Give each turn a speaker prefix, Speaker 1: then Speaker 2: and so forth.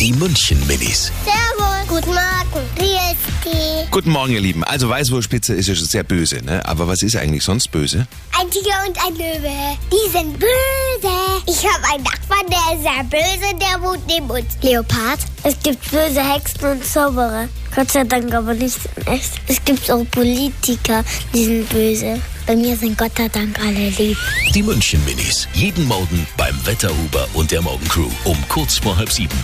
Speaker 1: Die München Minis.
Speaker 2: Servus. Guten Morgen. Wie ist die?
Speaker 1: Guten Morgen, ihr Lieben. Also Weißwurstpizza ist ja schon sehr böse, ne? Aber was ist eigentlich sonst böse?
Speaker 2: Ein Tiger und ein Löwe. Die sind böse. Ich habe einen Nachbarn, der ist sehr böse, der wohnt neben uns. Leopard. Es gibt böse Hexen und Zauberer. Gott sei Dank aber nicht in echt. Es gibt auch Politiker, die sind böse. Bei mir sind Gott sei Dank alle lieb.
Speaker 1: Die München Minis. Jeden Morgen beim Wetterhuber und der Morgencrew um kurz vor halb sieben.